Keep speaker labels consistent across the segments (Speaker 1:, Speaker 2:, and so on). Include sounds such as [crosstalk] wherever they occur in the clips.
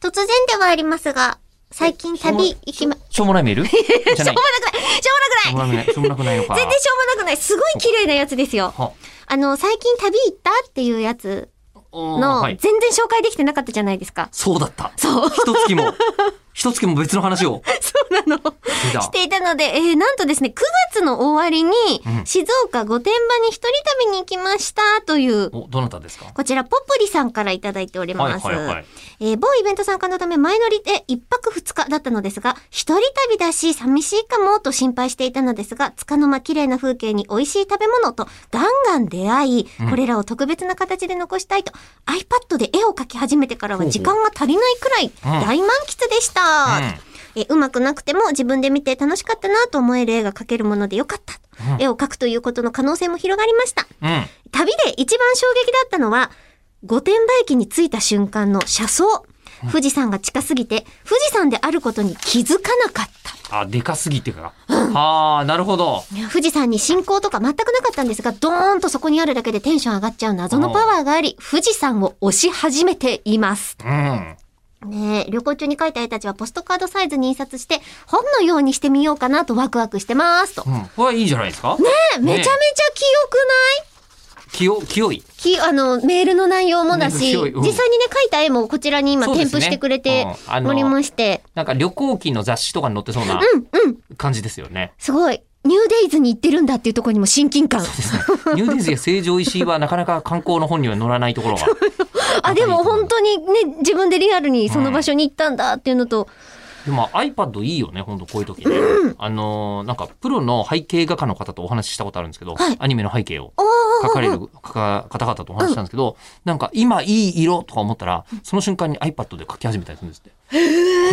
Speaker 1: 突然ではありますが、最近旅行きま、し
Speaker 2: しょうもないメ
Speaker 1: [laughs]
Speaker 2: ールし
Speaker 1: ょうもなくないしょう
Speaker 2: しょう
Speaker 1: もなくない
Speaker 2: もない。しょうもなくないのか。
Speaker 1: 全然しょうもなくないすごい綺麗なやつですよ。
Speaker 2: は
Speaker 1: あの、最近旅行ったっていうやつ
Speaker 2: おー
Speaker 1: の、
Speaker 2: は
Speaker 1: 全
Speaker 2: い。
Speaker 1: 然紹介できてなかったじゃないですか。
Speaker 2: そうだった。
Speaker 1: そう。 [laughs] そ
Speaker 2: 一月も、 [laughs] 一月も別の話を
Speaker 1: うなの。
Speaker 2: してた
Speaker 1: し。ていたので、えー、なんとですね、9月の終わりに
Speaker 2: う、ん
Speaker 1: 静岡御殿場に一人旅に行きましたという、
Speaker 2: お、どなたですか
Speaker 1: こちら、ポプリさんからいただいております。
Speaker 2: はいはいはい
Speaker 1: えー某イベント参加のため、前乗りで1泊2日だったのですが、一人旅だし、寂しいかも、と心配していたのですが、つかの間綺麗な風景に美味しい食べ物と、ガンガン出会い、
Speaker 2: うん
Speaker 1: これらを特別な形で残したいと、iPad で絵を描き始めてからは時間が足りないくらい、大満喫でした。えーうまくなくても自分で見て楽しかったなと思える絵が描けるものでよかった。
Speaker 2: うん
Speaker 1: 絵を描くということの可能性も広がりました。
Speaker 2: うん。うん。
Speaker 1: 旅で一番衝撃だったのは、御殿場駅に着いた瞬間の車窓。富士山が近すぎて、富士山であることに気づかなかった。
Speaker 2: あ、でかすぎてか。はあ、なるほど。
Speaker 1: 富士山に信仰とか全くなかったんですが、ドーンとそこにあるだけでテンション上がっちゃう謎のパワーがあり、富士山を推し始めています。
Speaker 2: うん。
Speaker 1: ねえ、旅行中に描いた絵たちはポストカードサイズに印刷して、本のようにしてみようかなとワクワクしてますと。
Speaker 2: う
Speaker 1: ね
Speaker 2: ん。これはいいじゃないですか
Speaker 1: えめちゃめちゃ清くない
Speaker 2: 清、清い。
Speaker 1: きあの、メールの内容もだし、実
Speaker 2: う
Speaker 1: 際
Speaker 2: んうん
Speaker 1: にね、書いた絵もこちらに今
Speaker 2: そう
Speaker 1: 添
Speaker 2: ですね
Speaker 1: 付してくれて
Speaker 2: うんあの
Speaker 1: おりまして、
Speaker 2: なんか旅行記の雑誌とかに載ってそうな
Speaker 1: うんうん、
Speaker 2: 感じですよね。
Speaker 1: すごい。ニューデイズに行ってるんだっていうところにも親近感。
Speaker 2: ニューディーズや成城石井はなかなか観光の本には載らないところが。
Speaker 1: あ、でも本当にね、自分でリアルにその場所に行ったんだっていうのと、
Speaker 2: でも iPad いいよね、本当こういう時ね。あのーなんかプロの背景画家の方とお話ししたことあるんですけど、
Speaker 1: はい
Speaker 2: アニメの背景を
Speaker 1: おー
Speaker 2: 描かれるか方々とお話ししたんですけど、なんか今いい色とか思ったら、その瞬間に iPad で描き始めたりするんですって。こ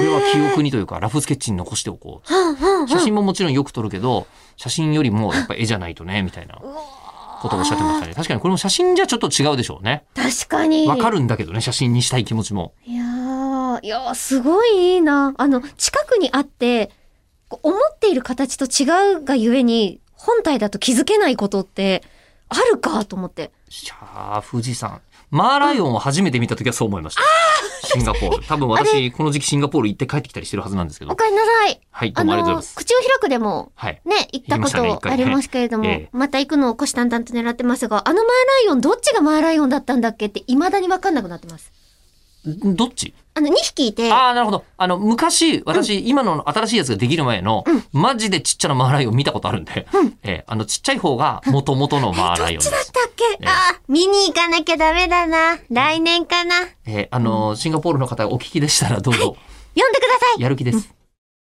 Speaker 2: れは記憶にというか、ラフスケッチに残しておこう。
Speaker 1: うんうん
Speaker 2: 写真ももちろんよく撮るけど、写真よりもやっぱ絵じゃないとね、みたいなことをおっしゃってましたね。確かにこれも写真じゃちょっと違うでしょうね。
Speaker 1: 確かに。
Speaker 2: わかるんだけどね、写真にしたい気持ちも。
Speaker 1: いやー、いやーすごいいいな。あの、近くにあって、こう思っている形と違うがゆえに、本体だと気づけないことって、あるかと思って。
Speaker 2: じゃあ、富士山。マーライオンを初めて見た時はそう思いました。シンガポール。多分私、この時期シンガポール行って帰ってきたりしてるはずなんですけ
Speaker 1: お
Speaker 2: ど。
Speaker 1: かえりなさい。
Speaker 2: はい、ど
Speaker 1: あ
Speaker 2: うもありがと
Speaker 1: の、
Speaker 2: うございます。
Speaker 1: 口を開くでも、
Speaker 2: はい。
Speaker 1: ね、行ったこ
Speaker 2: 言いましたね一
Speaker 1: と
Speaker 2: 回
Speaker 1: ありますけれども、
Speaker 2: ええ
Speaker 1: また行くのを虎視眈々と狙ってますが、あのマーライオン、どっちがマーライオンだったんだっけって、未だにわかんなくなってます。
Speaker 2: どっち
Speaker 1: あの、2匹いて、
Speaker 2: ああ、なるほど。あの、昔、私、今の新しいやつができる前の、マジでちっちゃなマーライオン見たことあるんで、えーあの、ちっちゃい方が元々のマーライオ
Speaker 1: [laughs] どっ
Speaker 2: ンで
Speaker 1: ちだっ
Speaker 2: す。
Speaker 1: たっけ、
Speaker 2: え
Speaker 1: あー見に行かなきゃダメだな。来年かな。
Speaker 2: えーあの、シンガポールの方お聞きでしたらどうぞ、
Speaker 1: 読んでください
Speaker 2: やる気です。